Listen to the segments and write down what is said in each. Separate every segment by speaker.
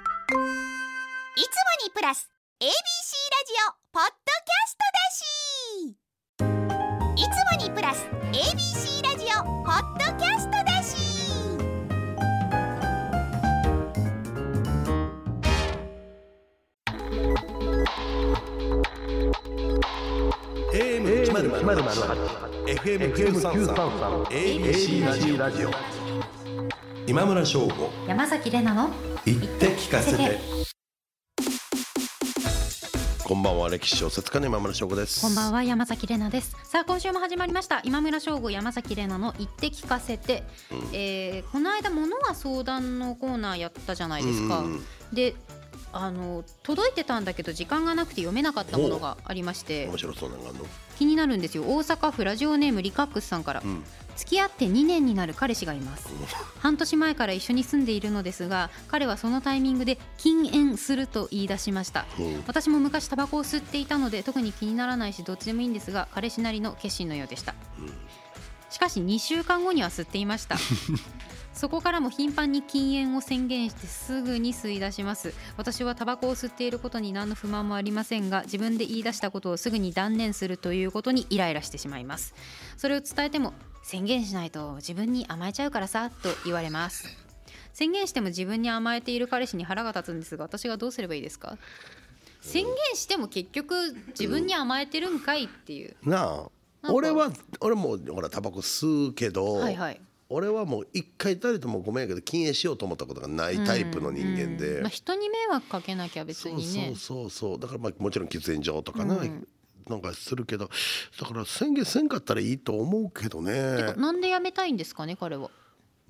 Speaker 1: いつもにプラス ABC ラジオポッドキャストだしいつもにプラス ABC ラジオポッドキャストだし
Speaker 2: 今村翔吾
Speaker 3: 山崎れなの
Speaker 2: 言って聞かせて こんばんは歴史小説家の今村翔吾です
Speaker 3: こんばん
Speaker 2: は
Speaker 3: は山崎れなですさあ今週も始まりました今村翔吾山崎れなの言って聞かせて、
Speaker 2: うん
Speaker 3: えーこの間物は相談のコーナーやったじゃないですか、であの届いてたんだけど時間がなくて読めなかったものがありまして
Speaker 2: 面白そうなのがあんの
Speaker 3: 気になるんですよ大阪府ラジオネームリカックスさんから、
Speaker 2: うん
Speaker 3: 付き合って2年になる彼氏がいます
Speaker 2: うん
Speaker 3: 半年前から一緒に住んでいるのですが彼はそのタイミングで禁煙すると言い出しました
Speaker 2: うん
Speaker 3: 私も昔タバコを吸っていたので特に気にならないしどっちでもいいんですが彼氏なりの決心のようでしたしかし2週間後には吸っていました そこからも頻繁に禁煙を宣言してすぐに吸い出します私はタバコを吸っていることに何の不満もありませんが自分で言い出したことをすぐに断念するということにイライラしてしまいますそれを伝えても宣言しないと自分に甘えちゃうからさと言われます宣言しても自分に甘えている彼氏に腹が立つんですが私がどうすればいいですか宣言しても結局自分に甘えてるんかいっていう、
Speaker 2: うんな
Speaker 3: なん
Speaker 2: あ
Speaker 3: か
Speaker 2: 俺は俺もほらタバコ吸うけど、
Speaker 3: はいはい
Speaker 2: 俺はもう一回たりともごめんやけど禁煙しようと思ったことがないタイプの人間で、
Speaker 3: うんうんまあ、人に迷惑かけなきゃ別
Speaker 2: そ
Speaker 3: に
Speaker 2: う
Speaker 3: ね
Speaker 2: そうそうそうだからまあもちろん喫煙所とかな、
Speaker 3: うん
Speaker 2: なんかするけどだから宣言せんかったらいいと思うけどね
Speaker 3: てかなんで辞めたいんですかね彼は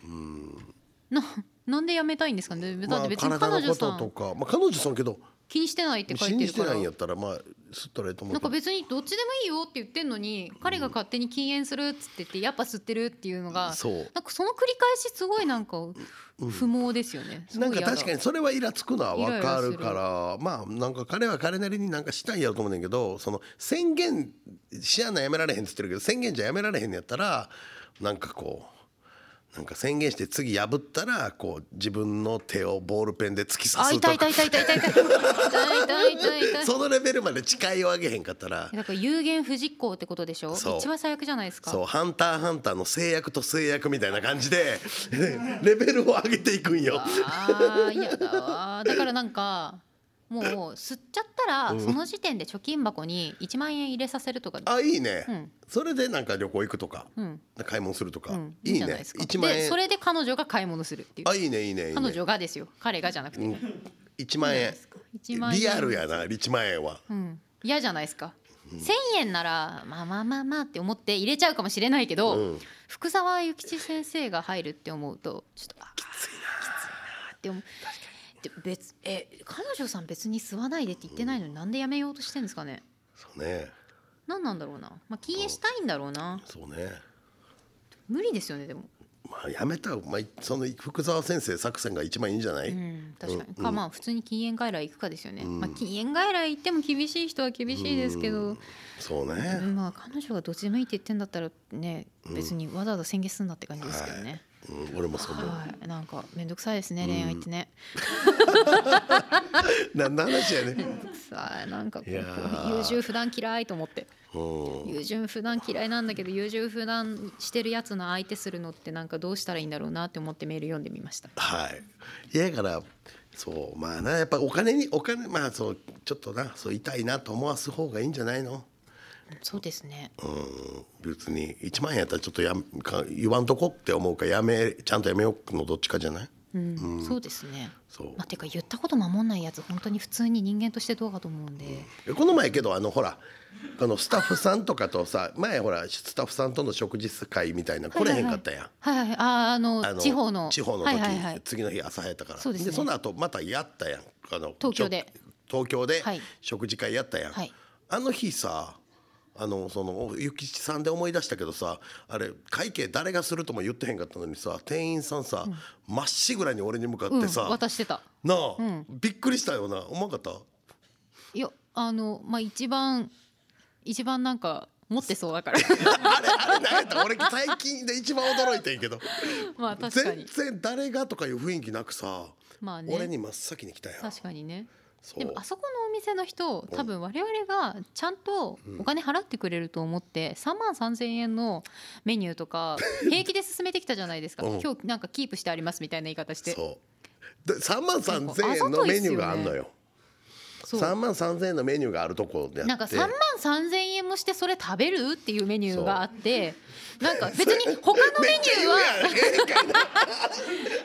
Speaker 2: うん
Speaker 3: ななんで辞めたいんですかねだって別に彼
Speaker 2: 体のこ
Speaker 3: 女さ
Speaker 2: と
Speaker 3: ん、
Speaker 2: とか、まあ、彼女さんけど
Speaker 3: 気にしてないって書い
Speaker 2: 信
Speaker 3: て
Speaker 2: じ
Speaker 3: る
Speaker 2: て
Speaker 3: か
Speaker 2: な
Speaker 3: ら
Speaker 2: いんや
Speaker 3: な
Speaker 2: ったらまあ吸ったらいいと思うん
Speaker 3: か別にどっちでもいいよって言ってんのに彼が勝手に禁煙するっつって言ってやっぱ吸ってるっていうのが
Speaker 2: そう
Speaker 3: なんかその繰り返しすごいなんか不毛ですよね、すご
Speaker 2: ないんか
Speaker 3: 嫌だ
Speaker 2: 確かにそれはイラつくのはわかるか
Speaker 3: イ
Speaker 2: らまあなんか彼は彼なりになんかしたんやろうと思うねんだけどその宣言しやなやめられへんっつってるけど宣言じゃやめられへんのやったらなんかこうなんか宣言して次破ったらこう自分の手をボールペンで突き刺
Speaker 3: あ
Speaker 2: す
Speaker 3: 痛い
Speaker 2: と
Speaker 3: 痛
Speaker 2: か
Speaker 3: い痛い痛い痛い痛い痛い痛い痛い痛い
Speaker 2: そのレベルまで誓いを上げへんかったら
Speaker 3: だから有言不実行ってことでしょ
Speaker 2: そう
Speaker 3: 一番最悪じゃないですか
Speaker 2: そう「ハンターハンター」の制約と制約みたいな感じでレベルを上げていくんよ。
Speaker 3: あー嫌だわーだからなんかもう吸っちゃったらその時点で貯金箱に1万円入れさせるとか
Speaker 2: あいいね、
Speaker 3: うん
Speaker 2: それでなんか旅行行くとか
Speaker 3: うん
Speaker 2: 買い物するとか、
Speaker 3: うん
Speaker 2: いい
Speaker 3: じゃない
Speaker 2: ね
Speaker 3: ですか
Speaker 2: 一万
Speaker 3: で
Speaker 2: 円
Speaker 3: それで彼女が買い物するっていう
Speaker 2: あいいねいいねいい
Speaker 3: 彼
Speaker 2: ね
Speaker 3: 女がですよ彼がじゃなくて
Speaker 2: 1万円
Speaker 3: 1万円
Speaker 2: リアルやな1万円は
Speaker 3: うん嫌じゃないですか1,000円ならまあまあまあまあって思って入れちゃうかもしれないけど、
Speaker 2: うん
Speaker 3: 福沢諭吉先生が入るって思うとちょっとあーきついなって思うで別え彼女さん別に吸わないでって言ってないのになんでやめようとしてんですかね
Speaker 2: そうね
Speaker 3: なんなんだろうな、まあ、禁煙したいんだろうな
Speaker 2: そうね
Speaker 3: 無理ですよねでも、
Speaker 2: まあやめたら、まあ、その福沢先生作戦が一番いいんじゃない、
Speaker 3: うん、確かに、
Speaker 2: うん
Speaker 3: かまあ普通に禁煙外来行くかですよね、
Speaker 2: うん
Speaker 3: まあ、禁煙外来行っても厳しい人は厳しいですけど、
Speaker 2: そうね、
Speaker 3: まあ彼女がどっちでもいいって言ってんだったらね
Speaker 2: ん
Speaker 3: 別にわざわざ宣言すんなって感じですけどね、
Speaker 2: うん、俺もそう思う
Speaker 3: はい、なんか面倒くさいですね恋愛ってね、
Speaker 2: 何の話やね、
Speaker 3: さあなんかこう
Speaker 2: いやー
Speaker 3: 優柔不断嫌いと思って
Speaker 2: うん、
Speaker 3: 優柔不断嫌いなんだけど優柔不断してるやつの相手するのってなんかどうしたらいいんだろうなって思ってメール読んでみました
Speaker 2: はいいやだからそうまあなやっぱお金にお金まあそうちょっとなそう痛いなと思わす方がいいんじゃないの
Speaker 3: そうですね
Speaker 2: うん別に1万円やったらちょっとやんか言わんとこって思うかやめちゃんとやめようのどっちかじゃない
Speaker 3: うん、そうですね
Speaker 2: そう
Speaker 3: まあ、てか言ったこと守んないやつ本当に普通に人間としてどうかと思うんで、
Speaker 2: えこの前けどあのほらこのスタッフさんとかとさ前ほらスタッフさんとの食事会みたいな来れへんかったやん。
Speaker 3: はいはいあーあの
Speaker 2: あ
Speaker 3: 地方の
Speaker 2: 地方の
Speaker 3: は
Speaker 2: 時、
Speaker 3: いはいはい
Speaker 2: 次の日朝早いったから
Speaker 3: そうですね
Speaker 2: その後またやったやんあの
Speaker 3: 東京で
Speaker 2: ちょ東京で
Speaker 3: はい
Speaker 2: 食事会やったやん、
Speaker 3: はい
Speaker 2: あの日さあのそのお諭吉さんで思い出したけどさあれ会計誰がするとも言ってへんかったのにさ店員さんさま、っしぐらに俺に向かってさ、
Speaker 3: うん、渡してた
Speaker 2: なあ、
Speaker 3: うん
Speaker 2: びっくりしたよな思わんかった
Speaker 3: いやあのまあ一番一番なんか持ってそ うだから
Speaker 2: あれあれ何やった俺最近で一番驚いてんけど
Speaker 3: まあ確か
Speaker 2: 全
Speaker 3: に
Speaker 2: 然誰がとかいう雰囲気なくさ
Speaker 3: まあ
Speaker 2: 俺
Speaker 3: ね
Speaker 2: に真っ先に来たやん
Speaker 3: 確かにね
Speaker 2: そう
Speaker 3: でもあそこのお店の人多分我々がちゃんとお金払ってくれると思って3万3,000円のメニュー とか平気で進めてきたじゃないですか、
Speaker 2: うん
Speaker 3: 今日なんかキープしてありますみたいな言い方して
Speaker 2: そうで3万3000円のメニューがあんのよ
Speaker 3: そう
Speaker 2: 3万3000円のメニューがあるとこでやって
Speaker 3: なんか3万3,000円もしてそれ食べるっていうメニューがあってなんか別に他のメ
Speaker 2: めっ
Speaker 3: ニ
Speaker 2: ちゃ
Speaker 3: ュー
Speaker 2: 言う
Speaker 3: は
Speaker 2: やんええかいな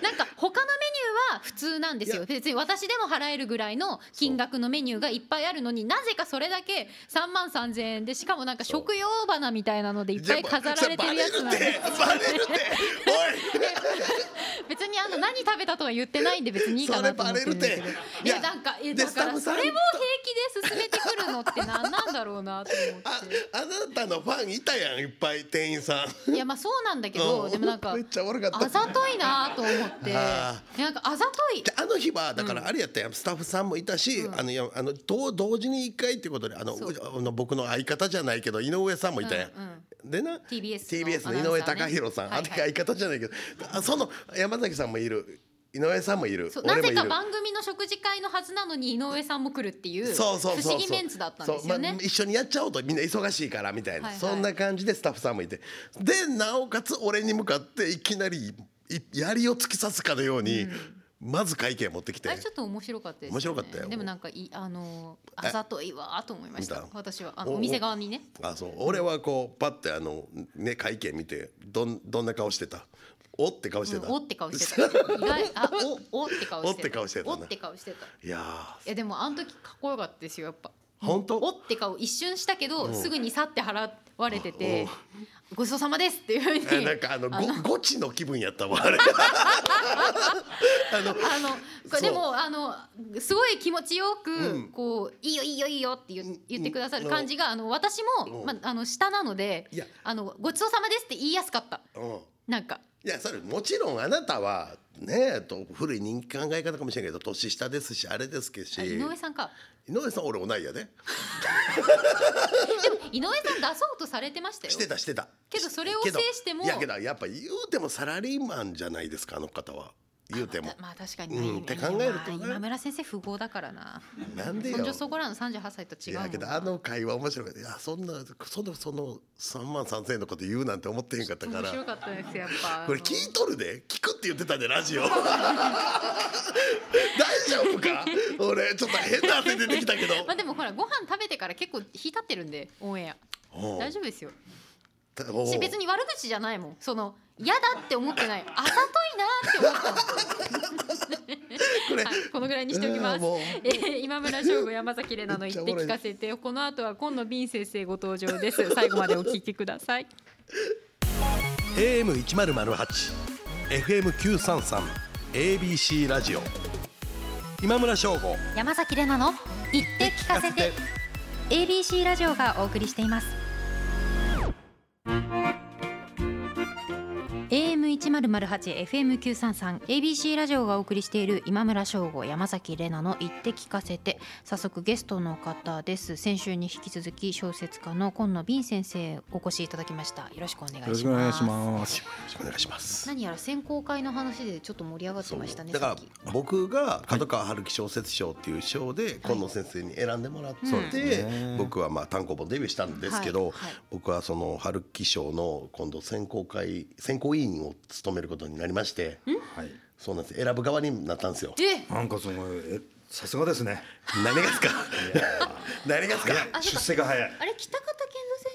Speaker 3: なんか他のメニューは普通なんです
Speaker 2: い
Speaker 3: よ
Speaker 2: や
Speaker 3: 別に私でも払えるぐらいの金額のメニューがいっぱいあるのになぜかそれだけ3万3,000円でしかもなんか食用花みたいなのでいっぱい飾られてるやつなんで
Speaker 2: じゃあバレるってバレるっておい
Speaker 3: 別にあの何食べたとは言ってないんで別にいいかなと思ってるんですけど
Speaker 2: それバレる
Speaker 3: い
Speaker 2: て
Speaker 3: やなんかえ
Speaker 2: で
Speaker 3: だか
Speaker 2: スタ
Speaker 3: らそ
Speaker 2: ッフさん
Speaker 3: れも平気で進めてくるのって何なんだろうなと思
Speaker 2: あ
Speaker 3: っ
Speaker 2: あなたのファンいたやんいっぱい店員さん
Speaker 3: ていやまあそうなんだけど
Speaker 2: うん
Speaker 3: でもなんか
Speaker 2: めっちゃ悪かった
Speaker 3: あざといなと思って
Speaker 2: あ
Speaker 3: なんかあざとい
Speaker 2: であの日はだからあれやったやん、スタッフさんもいたし、あのいやあの同同時に一回っていうことであの
Speaker 3: そう
Speaker 2: うあの僕の相方じゃないけど井上さんもいたやん。でな
Speaker 3: TBS の
Speaker 2: TBS の井上貴弘さん、
Speaker 3: アナウンサーね
Speaker 2: あれ相方じゃないけど、あその山崎さんもいる井上さんもいる
Speaker 3: そうな
Speaker 2: 俺も
Speaker 3: ぜ
Speaker 2: い
Speaker 3: か
Speaker 2: る。
Speaker 3: 番組の食事会のはずなのに井上さんも来るっていう
Speaker 2: そうそうそう
Speaker 3: 不
Speaker 2: そう
Speaker 3: 思議メンツだったんですよ
Speaker 2: そう
Speaker 3: ね
Speaker 2: まあ。一緒にやっちゃおうとみんな忙しいからみたいな、
Speaker 3: はいはい
Speaker 2: そんな感じでスタッフさんもいてでなおかつ俺に向かっていきなりい槍を突き刺すかのように、まず会計持ってきて
Speaker 3: あれちょっと面白かったです、ね、
Speaker 2: 面白かったよ
Speaker 3: でもなんかいあのあざといわーと思いまし
Speaker 2: 見
Speaker 3: た
Speaker 2: た
Speaker 3: 私はあ
Speaker 2: お
Speaker 3: のお店側にね
Speaker 2: あそう俺はこうパッてあの、ね、会見見てどんどんな顔してたおって顔してた、
Speaker 3: うんおって顔して た意外あおおって顔してた
Speaker 2: おって顔してたな
Speaker 3: おって顔してたい
Speaker 2: いや
Speaker 3: やでもあの時かっこよかったですよやっぱ
Speaker 2: ー本当
Speaker 3: おって顔一瞬したけど
Speaker 2: ん
Speaker 3: すぐに去って払われててごちそうさまですっていうふう
Speaker 2: え
Speaker 3: に
Speaker 2: なんかあのごゴチの気分やったわあ れあの
Speaker 3: あのこ
Speaker 2: そう
Speaker 3: れでもあのすごい気持ちよく、
Speaker 2: うん
Speaker 3: こういいよいいよいいよって言
Speaker 2: うん
Speaker 3: う言ってくださる感じがあの私も、
Speaker 2: うん
Speaker 3: まあの下なので
Speaker 2: いや
Speaker 3: あのごちそうさまですって言いやすかった
Speaker 2: うん
Speaker 3: なんか
Speaker 2: いやそれもちろんあなたはねと古い人気考え方かもしれんけど年下ですしあれですけどし
Speaker 3: あ井上さんか
Speaker 2: 井上さん俺おないやで
Speaker 3: でも井上さん出そうとされてましたよ
Speaker 2: してたしてた
Speaker 3: けどそれを
Speaker 2: けど
Speaker 3: 制しても
Speaker 2: いやけどやっぱ言うてもサラリーマンじゃないですかあの方は言うても
Speaker 3: たまあ確かに、
Speaker 2: うん
Speaker 3: 今
Speaker 2: って考えるとね
Speaker 3: 今村先生富豪だからな
Speaker 2: なんでよ
Speaker 3: そんじょそこらの38歳と
Speaker 2: い
Speaker 3: 違うもん
Speaker 2: やけどあの会話面白かったいやそんなそのその3万3,000円のこと言うなんて思ってへんかったか
Speaker 3: 面白
Speaker 2: ら
Speaker 3: かったですやっぱ
Speaker 2: これ聞いとるで聞くって言ってたでラジオ 大丈夫か俺ちょっと変な汗出てきたけど
Speaker 3: まあでもほらご飯食べてから結構引い立ってるんでオンエア大丈夫ですよ
Speaker 2: 夫
Speaker 3: し別に悪口じゃないもんその嫌だって思ってないあざといなって思ったの
Speaker 2: これ
Speaker 3: はいこのぐらいにしておきま
Speaker 2: うん
Speaker 3: す
Speaker 2: もう
Speaker 3: えー今村翔吾山崎怜奈の
Speaker 2: めっち
Speaker 3: 言
Speaker 2: ゃおもろい
Speaker 3: って聞かせてこの後は今野敏先生ご登場 です最後までお聞きください
Speaker 2: AM 一ゼロゼ八、FM 九三三、ABC ラジオ。今村翔吾。
Speaker 3: 山崎怜奈の言って聞かせて ABC ラジオがお送りしています AM1008FM933 ABC ラジオがお送りしている今村翔吾山崎玲奈の言って聞かせて早速ゲストの方です先週に引き続き小説家の今野敏先生お越しいただきましたよろしくお願いしま
Speaker 4: よろ
Speaker 3: す
Speaker 4: しくお願いします。
Speaker 2: よろしくお願いします。
Speaker 3: 何やら選考会の話でちょっと盛り上がってましたね
Speaker 2: だ
Speaker 3: さ
Speaker 2: か
Speaker 3: っき
Speaker 2: ら僕が角川春樹小説賞っていう賞で今野先生に選んでもらって、
Speaker 3: そうです
Speaker 4: ね
Speaker 2: 僕はまあ単行本デビューしたんですけど、
Speaker 3: はいはい
Speaker 2: 僕はその春樹賞の今度選考会選考委員を務めることになりまして、
Speaker 4: はい。
Speaker 2: そうなんです選ぶ側になったん ですよ。
Speaker 3: え
Speaker 4: なんかすごい、えさすがですね。
Speaker 2: 何がですか 何がですか
Speaker 4: 早い
Speaker 3: あ
Speaker 4: 出世が早い。
Speaker 3: あれ北方健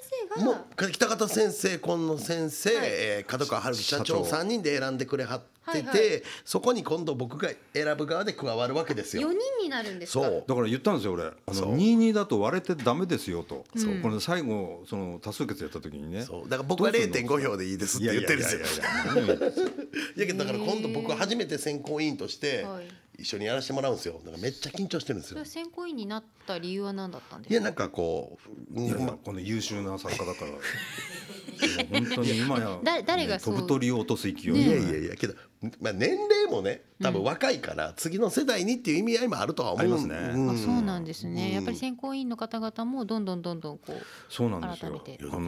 Speaker 3: 三先生
Speaker 2: も
Speaker 3: が
Speaker 2: う北方先生今野先生、
Speaker 3: はい
Speaker 2: えー、門川春樹社
Speaker 4: 社
Speaker 2: 長
Speaker 4: 長
Speaker 2: 3人で選んでくれはってて、
Speaker 3: はいは
Speaker 2: そこに今度僕が選ぶ側で加わるわけです
Speaker 3: 四
Speaker 2: よ。
Speaker 3: 人になるんですか
Speaker 2: そう
Speaker 4: だから言ったんですよ俺あ
Speaker 2: そう
Speaker 4: の22だと割れてダメですよと
Speaker 3: そう
Speaker 4: これ最後その多数決やった時にね
Speaker 2: そうだから僕は
Speaker 4: どうすんの
Speaker 2: 0.5票でいいですって言ってるんですよ。
Speaker 4: いやいやいやいやいや
Speaker 2: やけどだから今度僕は初めて選考委員として
Speaker 3: はい
Speaker 2: 一緒にやらせてもらうんですよ。だからめっちゃ緊張してるんです
Speaker 3: それ
Speaker 2: よ
Speaker 3: は。選考委員になった理由は何だったんです
Speaker 2: いや
Speaker 3: か
Speaker 2: なんかこう、うん
Speaker 4: いやいや
Speaker 2: ま
Speaker 4: この優秀な作家だからいや本当に今や
Speaker 3: だ誰が
Speaker 4: ね
Speaker 3: そう
Speaker 4: 飛ぶ鳥を落とす勢い
Speaker 2: あいや
Speaker 4: ね
Speaker 2: いやいやけど、まあ、年齢もね多分若いから次の世代にっていう意味合いもあるとは思うん
Speaker 4: ありますね
Speaker 2: ん
Speaker 3: あそうなんですね、
Speaker 2: うん
Speaker 3: やっぱり選考委員の方々もどんどんどんどんこう
Speaker 4: そうなんですよ
Speaker 3: 改めて。
Speaker 4: あの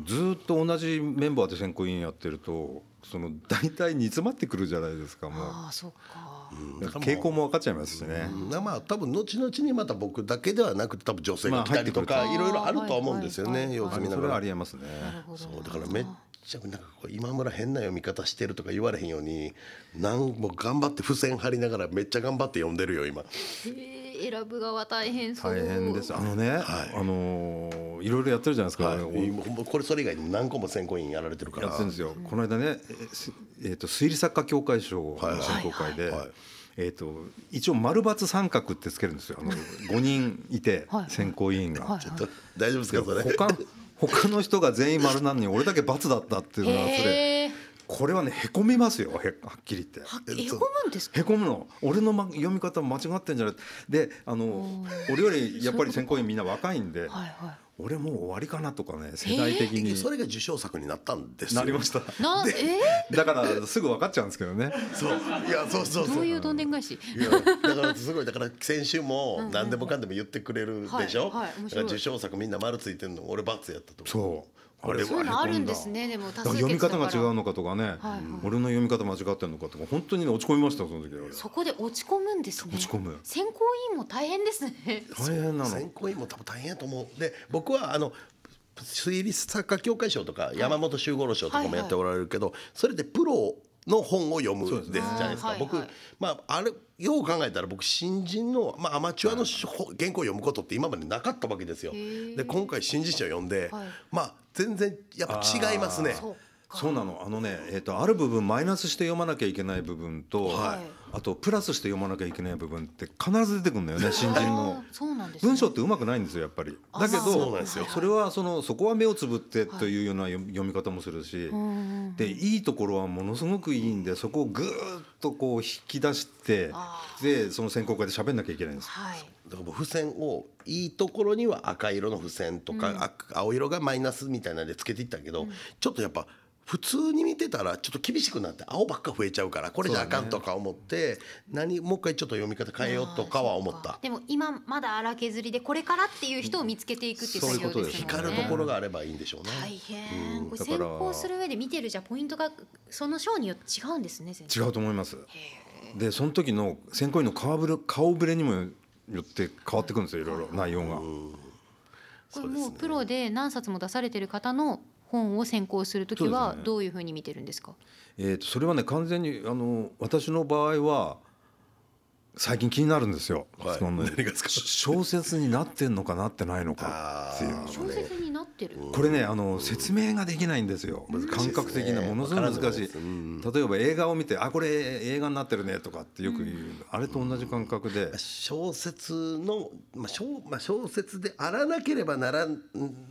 Speaker 4: ーずーっと同じメンバーで選考委員やってると、その大体煮詰まってくるじゃないですか。もう
Speaker 3: ああそうか、
Speaker 2: だからもう
Speaker 4: 傾向も分かっちゃいますしね、
Speaker 2: うんまあ多分後々にまた僕だけではなくて多分女性が来たりと
Speaker 4: ま
Speaker 2: か
Speaker 4: あ
Speaker 2: いろいろあるとは思うんですよ
Speaker 3: はいはい
Speaker 2: ね
Speaker 3: はい
Speaker 2: 様
Speaker 3: は
Speaker 2: 子
Speaker 3: い
Speaker 2: 見なが
Speaker 4: それはあ
Speaker 2: ら
Speaker 4: りえますね
Speaker 2: そうだからめっちゃなんかこう今村変な読み方してるとか言われへんようになんも頑張って付箋貼りながらめっちゃ頑張って読んでるよ今
Speaker 3: えー、選ぶ側大変そう
Speaker 4: 大変ですあのね、
Speaker 2: はい
Speaker 4: あのーいろいろやってるじゃないですか、
Speaker 2: はいもうほんまこれそれ以外にも何個も選考委員やられてるか
Speaker 4: や
Speaker 2: ら
Speaker 4: ってるんですよ。この間ね、えーすえーと推理作家協会賞の
Speaker 2: はいはい
Speaker 4: 選考会
Speaker 2: は
Speaker 4: で
Speaker 2: いはい、
Speaker 4: えっと一応丸×三角ってつけるんですよ。あの五人いて
Speaker 3: はいはい
Speaker 4: 選考委員
Speaker 3: は
Speaker 4: が。
Speaker 2: ちょっと大丈夫ですかそれ
Speaker 4: 他他の人が全員丸なのに俺だけ×だったっていうのはそれ。
Speaker 3: へえ
Speaker 4: これはねへこみますよ。へはっきり言って。
Speaker 3: はえこむんですか
Speaker 4: へこむの俺の、ま、読み方間違ってんじゃないであの俺よりやっぱり選考委員みんな若いんで
Speaker 3: はいは
Speaker 4: 俺もう終わりかなとかね世代的に
Speaker 2: それが受賞作になったんですよ
Speaker 4: なりました
Speaker 3: いなえ
Speaker 4: だからすぐ分かっちゃうんですけどね
Speaker 2: そういやそうそう
Speaker 3: ー、
Speaker 2: そ
Speaker 3: ど
Speaker 2: う
Speaker 3: う
Speaker 2: い
Speaker 3: いうどんでん返し
Speaker 2: やだからすごいだから先週も何でもかんでも言ってくれるでしょ、
Speaker 3: はいはい
Speaker 2: だ
Speaker 3: 面白い
Speaker 2: から受賞作みんな丸ついてんの俺バツやったとう
Speaker 4: そうあれは
Speaker 3: そういうのあるんです
Speaker 4: へ
Speaker 3: ねでも
Speaker 4: こ
Speaker 3: 多
Speaker 4: んだだから
Speaker 3: 数
Speaker 4: 読み
Speaker 3: 決だか
Speaker 4: 方
Speaker 3: ら
Speaker 4: が違うのかとかね、
Speaker 3: はい
Speaker 4: 俺の読み方間違ってんのかとか本当にね落ち込みましたよその時俺
Speaker 3: そこで落ち込むんですね
Speaker 4: 落ち込む
Speaker 3: 選考委員も大変ですね
Speaker 4: 大変なの
Speaker 2: 選考委員も多分大変やと思うで僕はあの推理作家協会賞とか山本周五郎賞とか
Speaker 3: はい
Speaker 2: も
Speaker 3: はい
Speaker 2: やっておられるけど、それでプロの本を読む
Speaker 4: そうです
Speaker 2: で
Speaker 4: ね
Speaker 2: すじゃないですか、
Speaker 3: はい
Speaker 2: 僕
Speaker 3: はい
Speaker 2: まああれよう考えたら僕新人の、まあ、アマチュアのしほ原稿を読むことって今までなかったわけですよ
Speaker 3: へー
Speaker 2: で今回新人賞を読んで、
Speaker 3: はい
Speaker 2: まあ全然やっぱ違いますね
Speaker 4: あー
Speaker 3: そうか
Speaker 4: そうなのあのね、えー、とある部分マイナスして読まなきゃいけない部分と、
Speaker 3: はい
Speaker 4: あとプラスして読まなきゃいけない部分って必ず出てくるんだよね新人の
Speaker 3: あーそうなんですね
Speaker 4: 文章ってうまくないんですよやっぱり
Speaker 3: あ
Speaker 4: だけ
Speaker 3: そう
Speaker 2: なん
Speaker 4: ど
Speaker 2: ですよ
Speaker 4: それはそのそこは目をつぶってというような読み読み方もするし、
Speaker 3: うんうん
Speaker 4: でいいところはものすごくいいんでそこをぐーっとこう引き出して
Speaker 3: あ
Speaker 4: でその選考会で喋んなきゃいけないんです
Speaker 3: はい
Speaker 2: だからもう付箋をいいところには赤色の付箋とか、あ青色がマイナスみたいなんでつけていったけど、ちょっとやっぱ普通に見てたらちょっと厳しくなって青ばっか増えちゃうからこれじゃあかんとか思って、何もう一回ちょっと読み方変えようとかは思っ
Speaker 3: あーそうか
Speaker 2: た。
Speaker 3: でも今まだ荒削りでこれからっていう人を見つけていくっていう
Speaker 4: そういうこ
Speaker 3: 作業
Speaker 4: と
Speaker 3: で
Speaker 4: です
Speaker 3: すも
Speaker 2: 光
Speaker 3: ん
Speaker 2: る
Speaker 3: ね
Speaker 2: ところがあればいいんでしょうね。
Speaker 3: 大変、これ
Speaker 4: だから
Speaker 3: 選考する上で見てるじゃポイントがその賞によって違うんですね全
Speaker 4: 違
Speaker 3: 然
Speaker 4: うと思いますでその時の選考委員の顔ぶれ顔ぶれにもよって変わってくるんですよいろいろ内容が
Speaker 3: これもうプロで何冊も出されてる方の本を選考するとき
Speaker 4: そう
Speaker 3: は
Speaker 4: ですね
Speaker 3: どういうふうに見てるんですか
Speaker 4: えー、とそれはね完全にあの私の場合は最近気になるんですよ、
Speaker 2: はい
Speaker 4: その
Speaker 2: 何がですか
Speaker 4: 小説になってんのかなってないのか
Speaker 2: あ
Speaker 4: っていう
Speaker 2: ー
Speaker 3: 小説になってる、
Speaker 4: これねあの説明ができないんですよ感覚的なものすごい難しい例えば映画を見て「あこれ映画になってるね」とかってよく言う、あれと同じ感覚で
Speaker 2: 小説の、まあ小まあ、小説であらなければなら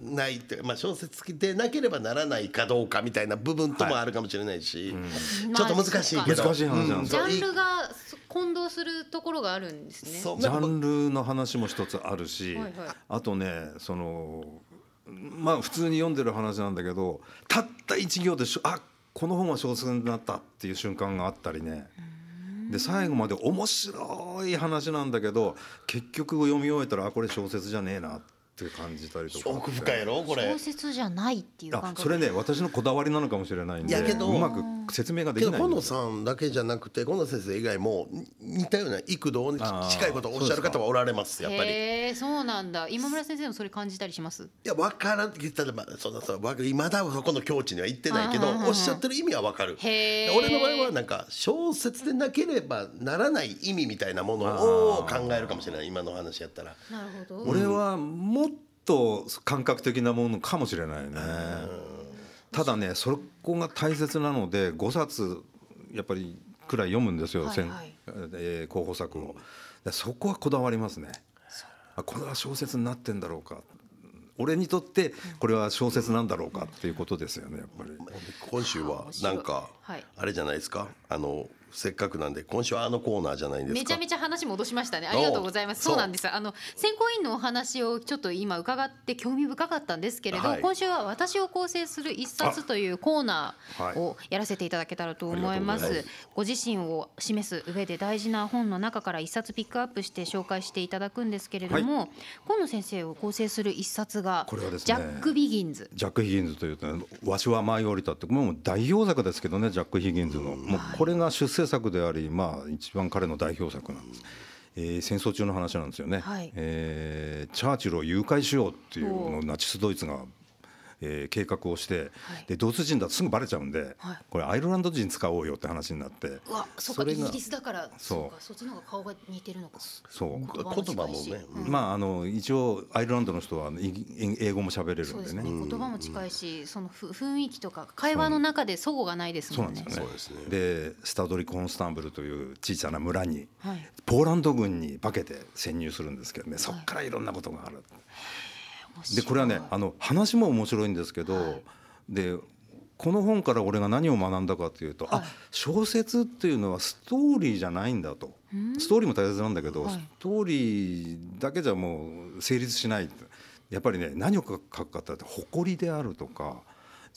Speaker 2: ないって、まあ、小説でなければならないかどうかみたいな部分ともあるかもしれないし、ちょっと難しいけど
Speaker 4: 難しい話なんです
Speaker 3: ジ
Speaker 4: よ
Speaker 3: ャンルが混同するところがあるんですね
Speaker 2: そう
Speaker 4: ジャンルの話も一つあるし、
Speaker 3: はいはい
Speaker 4: あとねそのまあ普通に読んでる話なんだけどたった一行でしょあこの本は小説になったっていう瞬間があったりね。で最後まで面白い話なんだけど結局読み終えたらあこれ小説じゃねえなって感じたりとか
Speaker 2: 奥深いやろこれ
Speaker 3: 小説じゃないっていう感
Speaker 4: あ
Speaker 3: 覚
Speaker 4: それね私のこだわりなのかもしれないん
Speaker 2: い
Speaker 4: で
Speaker 2: やけど
Speaker 4: うまく説明がで
Speaker 2: け
Speaker 4: き
Speaker 2: ど
Speaker 4: ない
Speaker 2: 河
Speaker 4: ん
Speaker 2: 野
Speaker 4: ですよ
Speaker 2: さんだけじゃなくて河野先生以外もに似たような幾度に
Speaker 4: あー
Speaker 2: 近いことをおっしゃる方はおられますやっぱり。い
Speaker 3: へえそうなんだ今村先生もそれ感じたりします
Speaker 2: や分からん例えばそんなそうわまだそこの境地には行ってないけど
Speaker 3: あー
Speaker 2: おっしゃってる意味は分かる。
Speaker 3: へー
Speaker 2: 俺の場合はなんか小説でなければならない意味みたいなものを
Speaker 4: あー
Speaker 2: 考えるかもしれない今の話やったら。
Speaker 3: なるほど
Speaker 4: 俺はもっと感覚的なものかもしれないね。ただねそこが大切なので5冊やっぱりくらい読むんですよ、
Speaker 3: はい
Speaker 4: 選
Speaker 3: はい
Speaker 4: えー候補作を。でそこはこだわりますね
Speaker 3: そう。
Speaker 4: あこれは小説になってんだろうか俺にとってこれは小説なんだろうかっていうことですよねやっぱり。
Speaker 2: 今週はなんか
Speaker 3: はい
Speaker 2: あれじゃないですかあのせっかくなんで今週はあのコーナーじゃないですか。
Speaker 3: めちゃめちゃ話戻しましたね。ありがとうございます。
Speaker 2: そ
Speaker 3: そううなんです。あの選考委員のお話をちょっと今伺って興味深かったんですけれど、
Speaker 2: はい
Speaker 3: 今週は私を構成する一冊というコーナーをやらせていただけたらと思います。
Speaker 4: ありがとうござい
Speaker 3: ご自身を示す上で大事な本の中から一冊ピックアップして紹介していただくんですけれども、河野先生を構成する一冊が
Speaker 4: これはですね
Speaker 3: ジャックビギンズ。
Speaker 4: ジャック・ヒギンズというとね「わしは舞い降りた」ってもう代表作ですけどねジャック・ヒギンズのもうこれが出世成作であり、まあ、一番彼の代表作なんです、えー戦争中の話なんですよね、
Speaker 3: はい
Speaker 4: えーチャーチルを誘拐しようっていうの
Speaker 3: お
Speaker 4: をナチス・ドイツが、えー計画をして、
Speaker 3: はい
Speaker 4: でドイツ人だとすぐバレちゃうんで、
Speaker 3: はい
Speaker 4: これアイルランド人使おうよって話になって
Speaker 5: うわそうか
Speaker 4: それ
Speaker 5: イ
Speaker 4: が
Speaker 5: ギリスだから
Speaker 4: そう
Speaker 5: そうかそっちの方が顔が似てるのか
Speaker 4: そう
Speaker 2: 言葉もね、うん
Speaker 4: まああの一応アイルランドの人はあのイギ英語も喋れる
Speaker 5: そうんで
Speaker 4: ですね
Speaker 5: ね言葉も近いしそのふ雰囲気とか会話の中で齟齬がないです
Speaker 4: そう
Speaker 5: も
Speaker 4: なん
Speaker 5: ん
Speaker 4: で
Speaker 5: ね
Speaker 4: すよ
Speaker 2: そ
Speaker 4: ね
Speaker 2: うですね
Speaker 4: でスタドリ・コンスタンブルという小さな村に
Speaker 3: はい
Speaker 4: ポーランド軍に化けて潜入するんですけどねそっからいろんなことがある、でこれはねあの話も面白いんですけど、でこの本から俺が何を学んだかというと、あ小説っていうのはストーリーじゃないんだと、ストーリーも大切なんだけど、
Speaker 3: はい
Speaker 4: ストーリーだけじゃもう成立しないやっぱりね何を書くかって言ったら誇りであるとか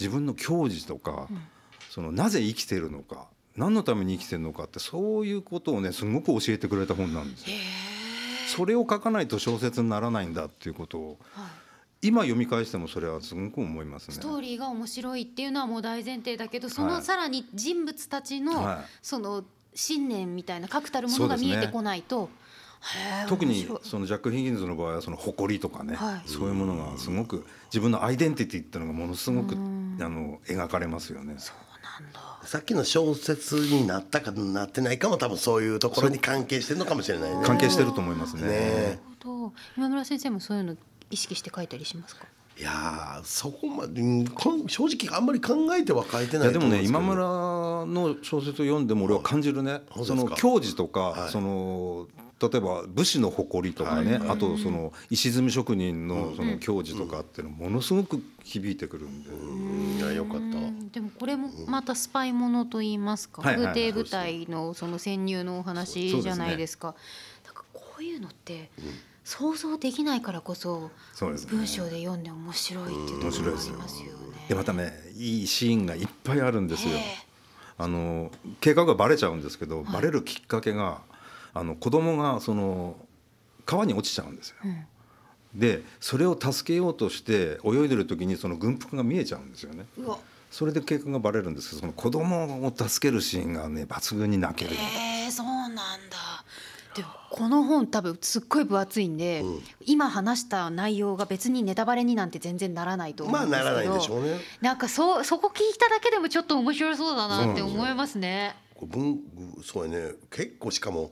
Speaker 4: 自分の矜持とか、そのなぜ生きてるのか何のために生きてるのかってそういうことをねすごく教えてくれた本なんですよ。それを書かないと小説にならないんだっていうことを
Speaker 5: はい
Speaker 4: 今読み返してもそれはすごく思いますね。
Speaker 3: ストーリーが面白いっていうのはもう大前提だけどその
Speaker 4: はい
Speaker 3: さらに人物たちの、
Speaker 4: はい
Speaker 3: その信念みたいな確たるものが見えてこないと、へえ
Speaker 4: 特
Speaker 3: 面
Speaker 4: に
Speaker 3: 白い
Speaker 4: そのジャック・ヒギンズの場合はその誇りとかね、
Speaker 3: はい
Speaker 4: そういうものがすごく自分のアイデンティティっていうのがものすごくあの描かれますよね。
Speaker 2: さっきの小説になったかなってないかも多分そういうところに関係してるのかもしれないね。
Speaker 4: 関係してると思いますね。
Speaker 2: ね
Speaker 3: なるほど今村先生もそういうの意識して書いたりしますか
Speaker 2: いやーそこまでうんこん正直あんまり考えては書いて
Speaker 4: い
Speaker 2: ない
Speaker 4: や
Speaker 2: と
Speaker 4: で
Speaker 2: 思うんす
Speaker 4: もね
Speaker 2: けど
Speaker 4: 今村の小説を読んでも俺は感じるね、
Speaker 2: そうです
Speaker 4: そ
Speaker 2: か
Speaker 4: の矜持とか、
Speaker 2: はい
Speaker 4: その例えば武士の誇りとかね、あとその石積み職人のその矜持とかっていうのものすごく響いてくるんで、
Speaker 2: うんいやよかった
Speaker 3: うんでもこれもまたスパイものと言いますか、
Speaker 4: はいはいはい
Speaker 3: 空挺部隊のその潜入のお話じゃないですか。なんかこういうのって想像できないからこそ
Speaker 4: そうですね
Speaker 3: 文章で読んで面白いっていうところがありますよね。
Speaker 4: でまたねいいシーンがいっぱいあるんですよ。あの計画がバレちゃうんですけど、バレるきっかけがあの子供がその川に落ちちゃうんですよ。でそれを助けようとして泳いでる時にその軍服が見えちゃうんですよね。
Speaker 5: うわ
Speaker 4: それで計画がバレるんですけどその子供を助けるシーンがね抜群に泣ける。
Speaker 5: えー、そうなんだ
Speaker 3: でもこの本多分すっごい分厚いんで、今話した内容が別にネタバレになんて全然ならないと思
Speaker 2: ま
Speaker 3: う
Speaker 2: あ
Speaker 3: んです
Speaker 2: な
Speaker 3: けど、
Speaker 2: らないんでしょうね。
Speaker 3: なんかそうそこ聞いただけでもちょっと面白そうだなって思いますね。
Speaker 2: これ文そうやね結構しかも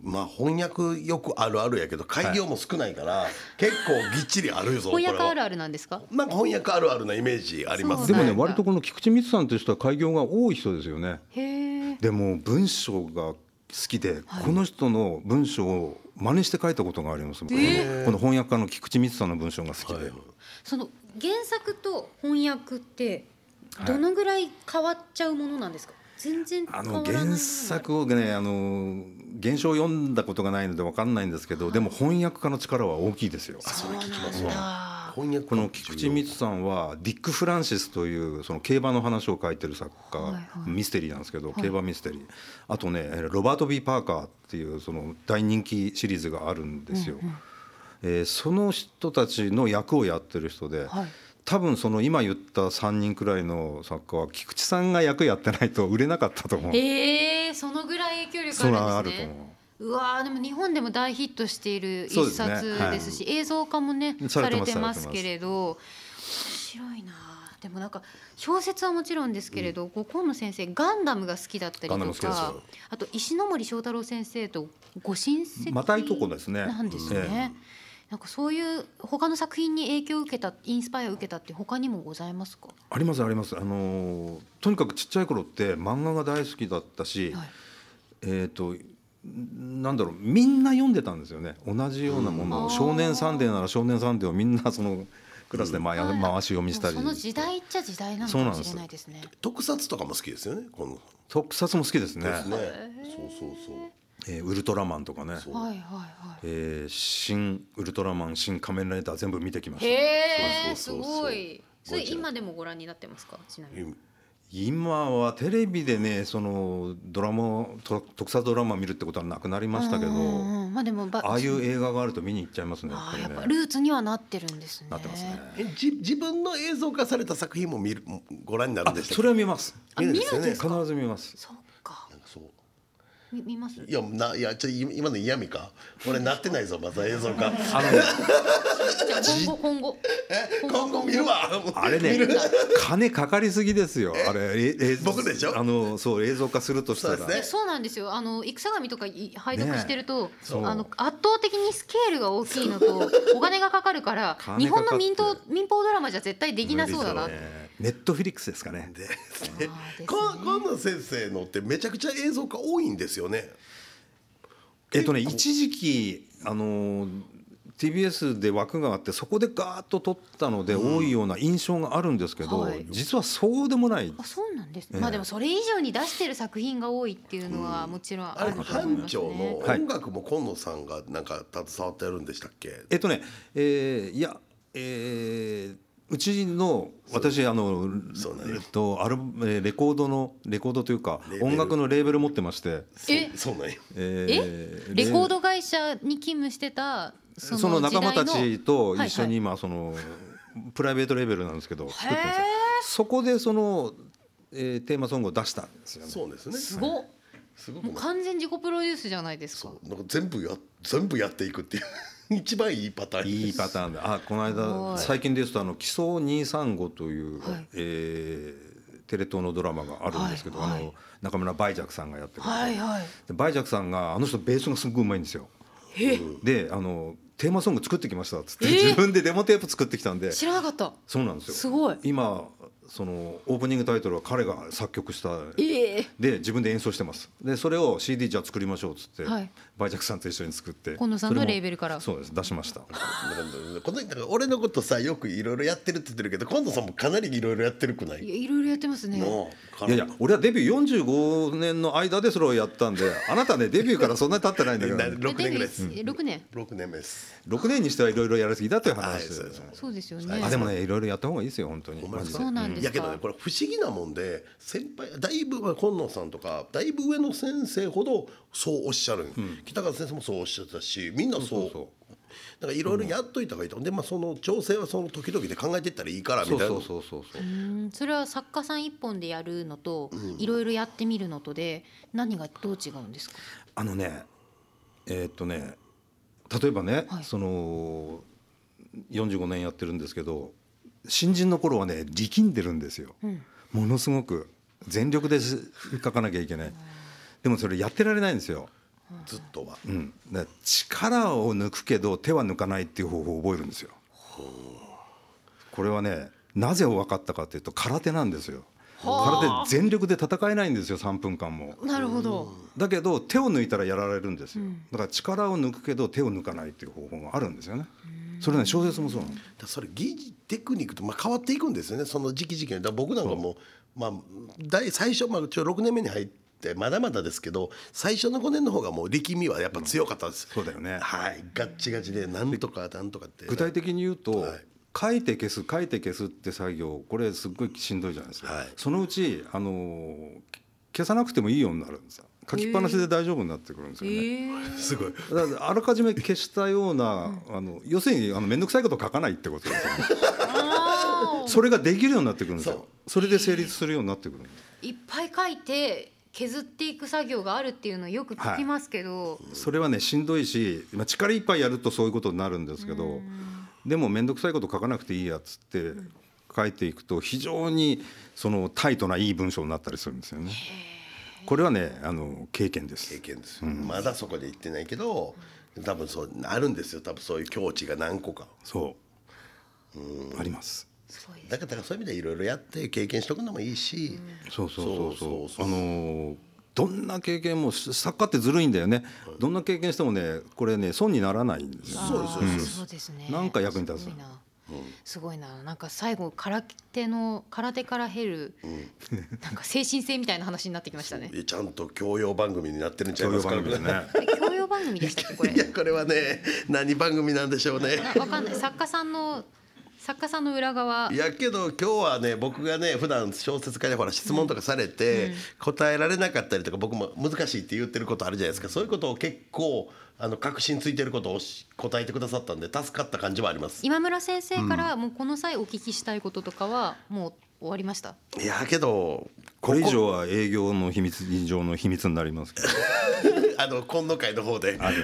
Speaker 2: まあ翻訳よくあるあるやけど開業も少ないから、結構ぎっちりあるぞこれ
Speaker 3: 翻
Speaker 2: は
Speaker 3: 訳あるあるなんですか？
Speaker 2: なんか翻訳あるあるなイメージあります
Speaker 4: で
Speaker 3: そう
Speaker 4: も
Speaker 3: なん
Speaker 4: ね
Speaker 3: だ
Speaker 4: 割とこの菊池光さんという人は開業が多い人ですよね。
Speaker 3: へえ。
Speaker 4: でも文章が好きで、この人の文章を真似して書いたことがあります、この翻訳家の菊池光さんの文章が好きで、
Speaker 3: その原作と翻訳ってどのぐらい変わっちゃうものなんですか？全然変わ
Speaker 4: あ
Speaker 3: らないも
Speaker 4: の
Speaker 3: のなん
Speaker 4: 原
Speaker 3: ですか
Speaker 4: 作をねあの原書を読んだことがないので分かんないんですけど、でも翻訳家の力は大きいですよ。
Speaker 2: それ聞きます
Speaker 5: そうなん
Speaker 2: わ
Speaker 5: だ
Speaker 2: 翻訳
Speaker 4: この菊池光さんはディック・フランシスというその競馬の話を書いてる作家、
Speaker 3: はいはい
Speaker 4: ミステリーなんですけど、競馬ミステリーあとねロバート・ B ・パーカーっていうその大人気シリーズがあるんですよ。えーその人たちの役をやってる人で、
Speaker 3: はい
Speaker 4: 多分その今言った3人くらいの作家は菊池さんが役やってないと売れなかったと思う。
Speaker 3: へえそのぐらい影響
Speaker 4: それ
Speaker 3: 力
Speaker 4: は
Speaker 3: あ
Speaker 4: あ
Speaker 3: るん
Speaker 4: る
Speaker 3: で
Speaker 4: と
Speaker 3: す
Speaker 4: 思
Speaker 3: ね。うわーでも日本でも大ヒットしている一
Speaker 4: そう
Speaker 3: 冊
Speaker 4: ですねはい
Speaker 3: ですし映像化もね
Speaker 4: さ
Speaker 3: さ
Speaker 4: れて
Speaker 3: れ
Speaker 4: ます
Speaker 3: てますけれど面白いなあでもなんか小説はもちろんですけれど、こう河野先生ガンダムが好きだったり
Speaker 4: ガンダム
Speaker 3: と
Speaker 4: 好きです
Speaker 3: か
Speaker 4: よ
Speaker 3: あと石ノ森章太郎先生とご親戚
Speaker 4: う。またいとこですね。
Speaker 3: なんですね、
Speaker 4: ええ
Speaker 3: なんかそういう他の作品に影響を受けたインスパイアを受けたって他にもございますか
Speaker 4: ありますあります。あのーとにかくちっちゃい頃って漫画が大好きだったし、
Speaker 3: はい
Speaker 4: えっ、とんなんだろうみんな読んでたんですよね。同じようなものを、
Speaker 3: うん
Speaker 4: 少年サンデーなら少年サンデーをみんなそのクラスでまあや回し読みしたり、
Speaker 3: もうその時代っちゃ時代なのかもしれないですね
Speaker 2: 特撮とかも好きですよねこの
Speaker 4: 特撮も好きですね。
Speaker 2: ですねそうそうそう
Speaker 4: えーウルトラマンとかね。
Speaker 2: そう
Speaker 3: はいはいはい
Speaker 4: えー新ウルトラマン新仮面ライダー全部見てきました。
Speaker 3: へえす
Speaker 2: そうそうそうそう
Speaker 3: ごいそ
Speaker 2: ゴ
Speaker 3: れ
Speaker 2: ジラ
Speaker 3: 今でもご覧になってますかちなみに
Speaker 2: 今
Speaker 4: 今はテレビでねそのドラマと特撮ドラマ見るってことはなくなりましたけど。
Speaker 3: うんうんうんまあでもば
Speaker 4: ああいう映画があると見に行っちゃいますね。やっ
Speaker 3: あ
Speaker 4: ぱ
Speaker 3: あ
Speaker 4: り
Speaker 3: やっ
Speaker 4: ね
Speaker 3: ぱルーツにはなってるんですね
Speaker 4: なってますね。
Speaker 2: えじ自分の映像化された作品も見るご覧になるんでした
Speaker 4: そ
Speaker 2: れ
Speaker 4: れは見ます。
Speaker 2: 見るんですよね
Speaker 4: 必ず見ます。
Speaker 3: そっか
Speaker 2: なんかそう
Speaker 3: み見ます
Speaker 2: いやないやちょい今の嫌味か俺なってないぞまた映像 化
Speaker 4: あのね
Speaker 3: じゃあ今後今後
Speaker 2: 今後見るわ
Speaker 4: あれね金かかりすぎですよあれええ
Speaker 2: 僕でしょ
Speaker 4: あのそう映像化するとしたら
Speaker 2: そうですね
Speaker 3: そうなんですよあの戦神とかい拝読してると、
Speaker 4: そう
Speaker 3: あの圧倒的にスケールが大きいのとお金がかかるから
Speaker 4: 金かかって
Speaker 3: 日本の民党民放ドラマじゃ絶対できなそうだな、
Speaker 4: 無理ですよねネットフィリックスですかね
Speaker 2: ですね
Speaker 3: あーですね
Speaker 2: こ今野先生のってめちゃくちゃ映像化多いんですよね
Speaker 4: えっとね一時期あの TBS で枠があってそこでガーッと撮ったので多いような印象があるんですけど、
Speaker 3: はい
Speaker 4: 実はそうでもない
Speaker 3: あそうなんです、
Speaker 4: ええ
Speaker 3: まあでもそれ以上に出してる作品が多いっていうのはもちろん
Speaker 2: あ
Speaker 3: あ
Speaker 2: れ
Speaker 3: ると思い
Speaker 2: 班
Speaker 3: ます
Speaker 2: 長の
Speaker 3: ね。
Speaker 4: はい
Speaker 2: 音楽も今野さんがなんか携わってやるんでしたっけ、
Speaker 4: えっとね、えーいや、えーうちの私あの
Speaker 2: そうなんです
Speaker 4: えっとアルえーレコードのレコードというか
Speaker 2: レーベル
Speaker 4: 音楽のレーベル持ってまして、
Speaker 3: え
Speaker 2: そそうなんや
Speaker 4: えー
Speaker 3: レコード会社に勤務してたそ
Speaker 4: そ
Speaker 3: の
Speaker 4: の仲間た
Speaker 3: 時代の
Speaker 4: ちと一
Speaker 3: は
Speaker 4: 緒
Speaker 3: いは
Speaker 4: に
Speaker 3: い
Speaker 4: 今そのプライベートレーベルなんですけど作ってます
Speaker 3: へー
Speaker 4: そこでその、えーテーマソングを出したんですよね。
Speaker 2: そうですね
Speaker 3: すごっ
Speaker 2: すごく
Speaker 3: もう
Speaker 2: ない
Speaker 3: 完全自己プロデュースじゃないですか
Speaker 2: そうなんか全部や全部やっていくっていう 一番いいパターン
Speaker 4: いいパターンで、あ、この
Speaker 3: すご
Speaker 4: 間
Speaker 3: い
Speaker 4: 最近ですとあの基礎二三五という、
Speaker 3: はい
Speaker 4: えーテレ東のドラマがあるんですけど、
Speaker 3: はいはい
Speaker 4: あの中村梅雀さんがやってる、
Speaker 3: はいはい
Speaker 4: で梅雀さんがあの人ベースがすごいうまいんですよ。
Speaker 3: え
Speaker 4: で、あのテーマソング作ってきましたっつって、
Speaker 3: えー
Speaker 4: 自分でデモテープ作ってきたんで、
Speaker 3: 知らなかった
Speaker 4: そうなんですよ。
Speaker 3: すごい
Speaker 4: 今そのオープニングタイトルは彼が作曲した。
Speaker 3: ええ
Speaker 4: で自分で演奏してますでそれを CD じゃあ作りましょうっつって、
Speaker 3: はい
Speaker 4: 梅雀さんと一緒に作って
Speaker 3: 今野さんの
Speaker 4: それも
Speaker 3: レーベルから
Speaker 4: そうです出しました
Speaker 2: なんかこの人が俺のことさよくいろいろやってるって言ってるけど今野さんもかなりいろいろやってるくない
Speaker 3: いやいろいろやってますね
Speaker 2: の
Speaker 4: いやいや
Speaker 2: か
Speaker 4: 俺はデビュー45年の間でそれをやったんであなたねデビューからそんなに経ってないんだ
Speaker 2: な
Speaker 4: けど、
Speaker 2: な
Speaker 4: ね、
Speaker 2: 6年ぐらいです
Speaker 3: え六年
Speaker 2: 6年目です
Speaker 4: 6年にしてはいろいろやりすぎだという
Speaker 2: はい
Speaker 4: 話です
Speaker 2: そう
Speaker 4: よ
Speaker 2: です
Speaker 4: ね、
Speaker 3: そうですよね
Speaker 4: あでもねいろいろやった方がいいですよ本当に
Speaker 2: ほんま
Speaker 4: マ
Speaker 2: で
Speaker 4: ジ
Speaker 2: す
Speaker 4: で
Speaker 2: か
Speaker 3: そうなんですか
Speaker 2: いやけどねこれ不思議なもんで先輩だいぶ今野さんとかだいぶ上の先生ほどそうおっしゃる、北川先生もそうおっしゃってたしみんなそう
Speaker 4: そうそう
Speaker 2: だからいろいろやっといた方がいいと、でまあその調整はその時々で考えていったらいいからみた
Speaker 4: そ
Speaker 2: いうな
Speaker 4: そうそうそうそう
Speaker 3: うんそれは作家さん一本でやるのといろいろやってみるのとで何がどう違うんですか
Speaker 4: あのねえーっとね例えばね、
Speaker 3: はい
Speaker 4: その45年やってるんですけど新人の頃はね力んでるんですよ、ものすごく全力でし書かなきゃいけないでもそれやってられないんですよ
Speaker 2: ずっとは、
Speaker 4: うん、だから力を抜くけど手は抜かないっていう方法を覚えるんですよ。これはねなぜ分かったかというと空手なんですよ。空手全力で戦えないんですよ3分間も。
Speaker 3: なるほど
Speaker 4: だけど手を抜いたらやられるんですよ。だから力を抜くけど手を抜かないっていう方法があるんですよね。それね小説もそうなの。
Speaker 2: だからそれ技術テクニックとまあ変わっていくんですよねその時期時期にだから僕なんかもまあ大最初まあちょ6年目に入ってまだまだですけど最初の5年の方がもう力みはやっぱ強かったです、
Speaker 4: そうだよね
Speaker 2: はいガッチガチでなんとかなんとかって
Speaker 4: 具体的に言うと、
Speaker 2: はい
Speaker 4: 書いて消す書いて消すって作業これすっごいしんどいじゃないですか、
Speaker 2: はい
Speaker 4: そのうち、あのー消さなくてもいいようになるんですよ書きっぱなしで大丈夫になってくるんですよね、
Speaker 2: すごい
Speaker 4: だからあらかじめ消したような、あの要するにあの面倒くさいことを書かないってことですよねそれができるようになってくるんですよそれで成立するようになってくるんです
Speaker 3: いっぱい書いて削っていく作業があるっていうのをよく聞きますけど、
Speaker 4: それはねしんどいし、まあ、力いっぱいやるとそういうことになるんですけどでも面倒くさいこと書かなくていいやつって書いていくと非常にそのタイトないい文章になったりするんですよね。これはねあの経験です
Speaker 2: 経験ですよ、まだそこで行ってないけど多分そうあるんですよ多分そういう境地が何個か
Speaker 4: そうあります。
Speaker 3: すごいです
Speaker 2: だからだからそういう意味でいろいろやって経験しとくのもいいし、
Speaker 4: そうそうそう
Speaker 2: そ
Speaker 4: そ
Speaker 2: そうそう
Speaker 4: うう。あのーどんな経験も作家ってずるいんだよね。どんな経験してもね、これね損にならないんですよ。
Speaker 2: そうですそうです
Speaker 3: そうですね。
Speaker 4: なんか役に立つ
Speaker 3: すごいな。すごいな、なんか最後空手の空手から減る、なんか精神性みたいな話になってきましたね。
Speaker 2: ちゃんと教養番組になってるんちゃい
Speaker 4: そうい
Speaker 2: ますか
Speaker 4: う番組 でね。
Speaker 3: え教養番組でしたっけこれ
Speaker 2: い。やこれはね何番組なんでしょうね
Speaker 3: わかんない。作家さんの
Speaker 6: 作家さんの裏側
Speaker 2: いやけど今日はね僕がね普段小説家でほら質問とかされて答えられなかったりとか僕も難しいって言ってることあるじゃないですかそういうことを結構あの確信ついてることをおし答えてくださったんで助かった感じはあります。
Speaker 6: 今村先生からもうこの際お聞きしたいこととかはもう終わりました
Speaker 2: いやけど
Speaker 4: これ以上は営業の秘密以上の秘密になりますけど
Speaker 2: あの今度会の方で、はい、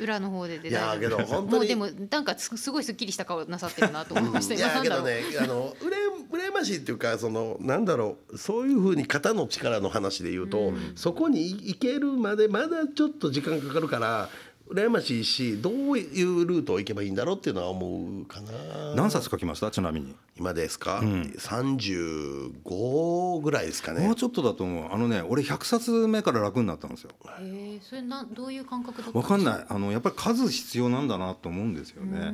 Speaker 6: 裏の方でで
Speaker 2: いや
Speaker 6: 大
Speaker 2: ーけ
Speaker 6: 丈
Speaker 2: ど本
Speaker 6: 夫
Speaker 2: 当
Speaker 6: もう
Speaker 2: に
Speaker 6: でもなんかすすごいすっきりした顔なさってるなと思いました
Speaker 2: い
Speaker 6: 今
Speaker 2: や
Speaker 6: なん
Speaker 2: け
Speaker 6: だろ
Speaker 2: ど
Speaker 6: う、
Speaker 2: ねあのうらやましいっていうかそのなんだろうそういうふうに肩の力の話で言うと、そこに行けるまでまだちょっと時間かかるから羨ましいしどういうルートを行けばいいんだろうっていうのは思うかな。
Speaker 4: 何冊書きましたちなみに
Speaker 2: 今ですか、35ぐらいですか
Speaker 4: も
Speaker 2: ね
Speaker 4: う。ちょっとだと思うあのね俺100冊目から楽になったんですよ
Speaker 3: へえそれなんどういう感覚だった
Speaker 4: わかん
Speaker 3: い
Speaker 4: ないあのやっぱり数必要なんだなと思うんですよね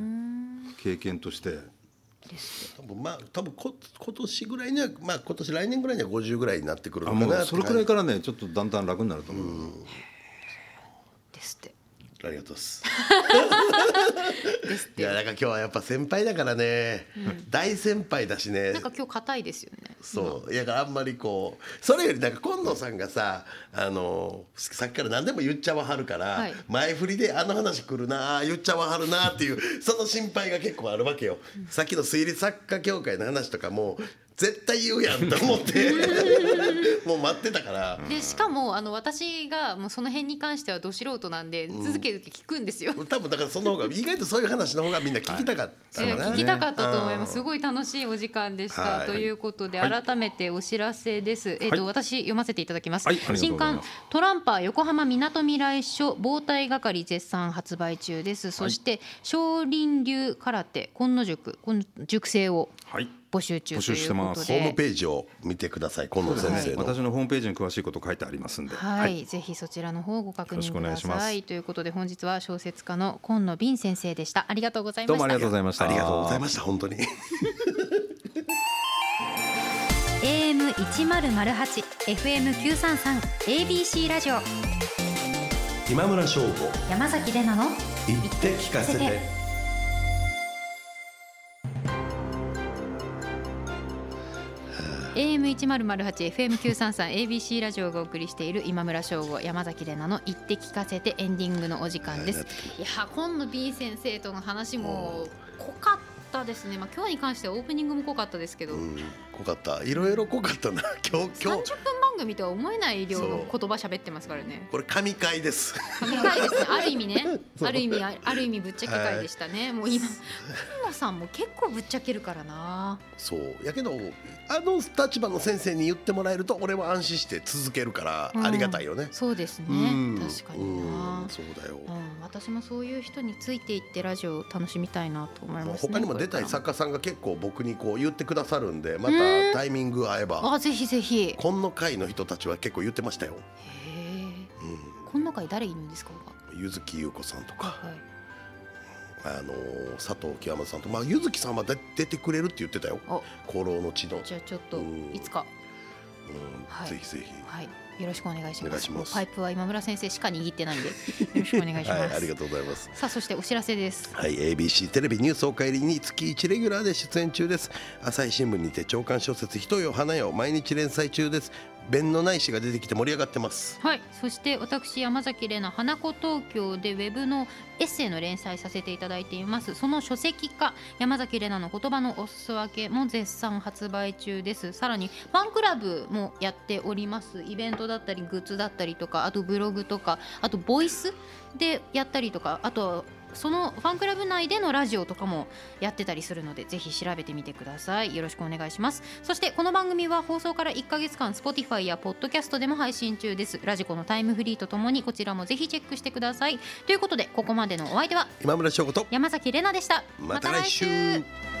Speaker 4: 経験として
Speaker 2: 多分まあ多分こ今年ぐらいにはまあ今年来年ぐらいには50ぐらいになってくる
Speaker 4: あ
Speaker 2: のかな
Speaker 4: も
Speaker 2: って
Speaker 4: う
Speaker 2: 感じ
Speaker 4: それくらいからねちょっとだんだん楽になると思う、
Speaker 3: ですって
Speaker 2: ありがとうっす。いやなんか今日はやっぱ先輩だからね、大先輩だしね
Speaker 3: なん。か今日硬いですよね
Speaker 2: そういやだからあんまりこうそれよりなんか近藤さんがさあのさっきから何でも言っちゃわはるから、
Speaker 3: はい
Speaker 2: 前振りであの話来るなあ言っちゃわはるなっていうその心配が結構あるわけよ、さっきの推理作家協会の話とかも絶対言うやんと思って もう待ってたから
Speaker 3: でしかもあの私がもうその辺に関してはど素人なんで続けて聞くんですよ、
Speaker 2: 多分だからその方が意外とそういう話の方がみんな聞きたかった
Speaker 3: い
Speaker 2: か
Speaker 3: や
Speaker 2: な、
Speaker 3: 聞きたかったと思います。
Speaker 2: う
Speaker 3: すごい楽しいお時間でした。
Speaker 2: はい
Speaker 3: ということで、
Speaker 2: はい
Speaker 3: 改めてお知らせです。えっ、
Speaker 4: は
Speaker 3: と、
Speaker 4: い
Speaker 3: 私読ませていただきます。
Speaker 4: はいありがとうござい
Speaker 3: 新
Speaker 4: ます
Speaker 3: 刊トランパー横浜みなとみらい署防体係絶賛発売中です。そして、少林流空手今野塾今野塾生を
Speaker 4: はい
Speaker 3: 募集中
Speaker 4: 募
Speaker 3: と
Speaker 4: 集し
Speaker 3: い
Speaker 4: て
Speaker 3: うこ
Speaker 4: ま
Speaker 3: と
Speaker 4: す
Speaker 3: で。
Speaker 2: ホームページを見てください近藤先生の、
Speaker 4: 私のホームページに詳しいこと書いてありますんで、
Speaker 3: はい、ぜひそちらの方ご確
Speaker 4: よろし
Speaker 3: 認
Speaker 4: くお
Speaker 3: く
Speaker 4: 願
Speaker 3: だ
Speaker 4: いします
Speaker 3: さい。ということで本日は小説家の今野敏先生でした。ありがとうござい
Speaker 4: ど
Speaker 3: ました。
Speaker 4: うもありがとうございました
Speaker 2: ありがとうございました本当に
Speaker 6: AM 一ゼロゼ八 FM 九三三 ABC ラジオ
Speaker 2: 今村翔吾
Speaker 6: 山崎れなの
Speaker 2: 言って聞かせて
Speaker 3: えー AM 一ゼロゼ八 FM 九三三 ABC ラジオがお送りしている今村翔吾山崎れなの言って聞かせてエンディングのお時間です。いやー今野 B 先生との話も濃かったですね。まあ今日に関してはオープニングも濃かったですけど、
Speaker 2: うん濃かったいろいろ濃かったな 今日今
Speaker 3: 三
Speaker 2: 日
Speaker 3: 十分番組とは思えない量の言
Speaker 2: そ
Speaker 3: 葉喋ってますからね。
Speaker 2: これ神回です。
Speaker 3: 神回ですね。ある意味ね
Speaker 2: そう
Speaker 3: ある意味あある意味ぶっちゃけ回でしたね。もう今今野さんも結構ぶっちゃけるからな。
Speaker 2: そうやけどあの立場の先生に言ってもらえると俺は安心して続けるから
Speaker 3: うん
Speaker 2: ありがたいよね、
Speaker 3: そうですね。
Speaker 2: うん
Speaker 3: 確かにな。
Speaker 2: うんそうだよ、
Speaker 3: うん、私もそういう人についていってラジオを楽しみたいなと思い
Speaker 2: まあ
Speaker 3: ますね。
Speaker 2: 他にも出たい
Speaker 3: これから
Speaker 2: 作家さんが結構僕にこう言ってくださるんでまた
Speaker 3: うん
Speaker 2: タイミング合えば
Speaker 3: あ、ぜひぜひ。へ
Speaker 2: この回の人たちは結構言ってましたよ、
Speaker 3: え。
Speaker 2: う
Speaker 3: この中に誰いるんですか。
Speaker 2: ん、柚木優子さんとか
Speaker 3: はい。
Speaker 2: あのー佐藤清正さんとまあ柚木さんは出出てくれるって言ってたよ
Speaker 3: お
Speaker 2: 「功労の地の」
Speaker 3: じゃあちょっと
Speaker 2: うん
Speaker 3: いつか
Speaker 2: うん
Speaker 3: はい
Speaker 2: ぜひぜひ
Speaker 3: はい。よろしくお願いし
Speaker 2: お
Speaker 3: ま
Speaker 2: 願い
Speaker 3: す。
Speaker 2: します
Speaker 3: もうパイプは今村先生しか握ってないんで、よろしくお願いします。
Speaker 2: はい、ありがとうございます。
Speaker 3: さあそしてお知らせです。
Speaker 2: はい、ABC テレビニュースおかえりに月1レギュラーで出演中です朝日新聞にて長官小説「ひとよ花よ」毎日連載中です弁のない詩が出てきて盛り上がってます
Speaker 3: はい、そして私山崎怜奈花子東京でウェブのエッセイの連載させていただいていますその書籍化山崎怜奈の言葉のお裾分けも絶賛発売中ですさらにファンクラブもやっておりますイベントだったりグッズだったりとかあとブログとかあとボイスでやったりとかあとそのファンクラブ内でのラジオとかもやってたりするのでぜひ調べてみてくださいよろしくお願いしますそしてこの番組は放送から1ヶ月間 Spotify や Podcast でも配信中ですラジコのタイムフリーとともにこちらもぜひチェックしてくださいということでここまでのお相手は
Speaker 2: 今村翔吾と
Speaker 3: 山崎れなでした
Speaker 2: また来週
Speaker 3: また来週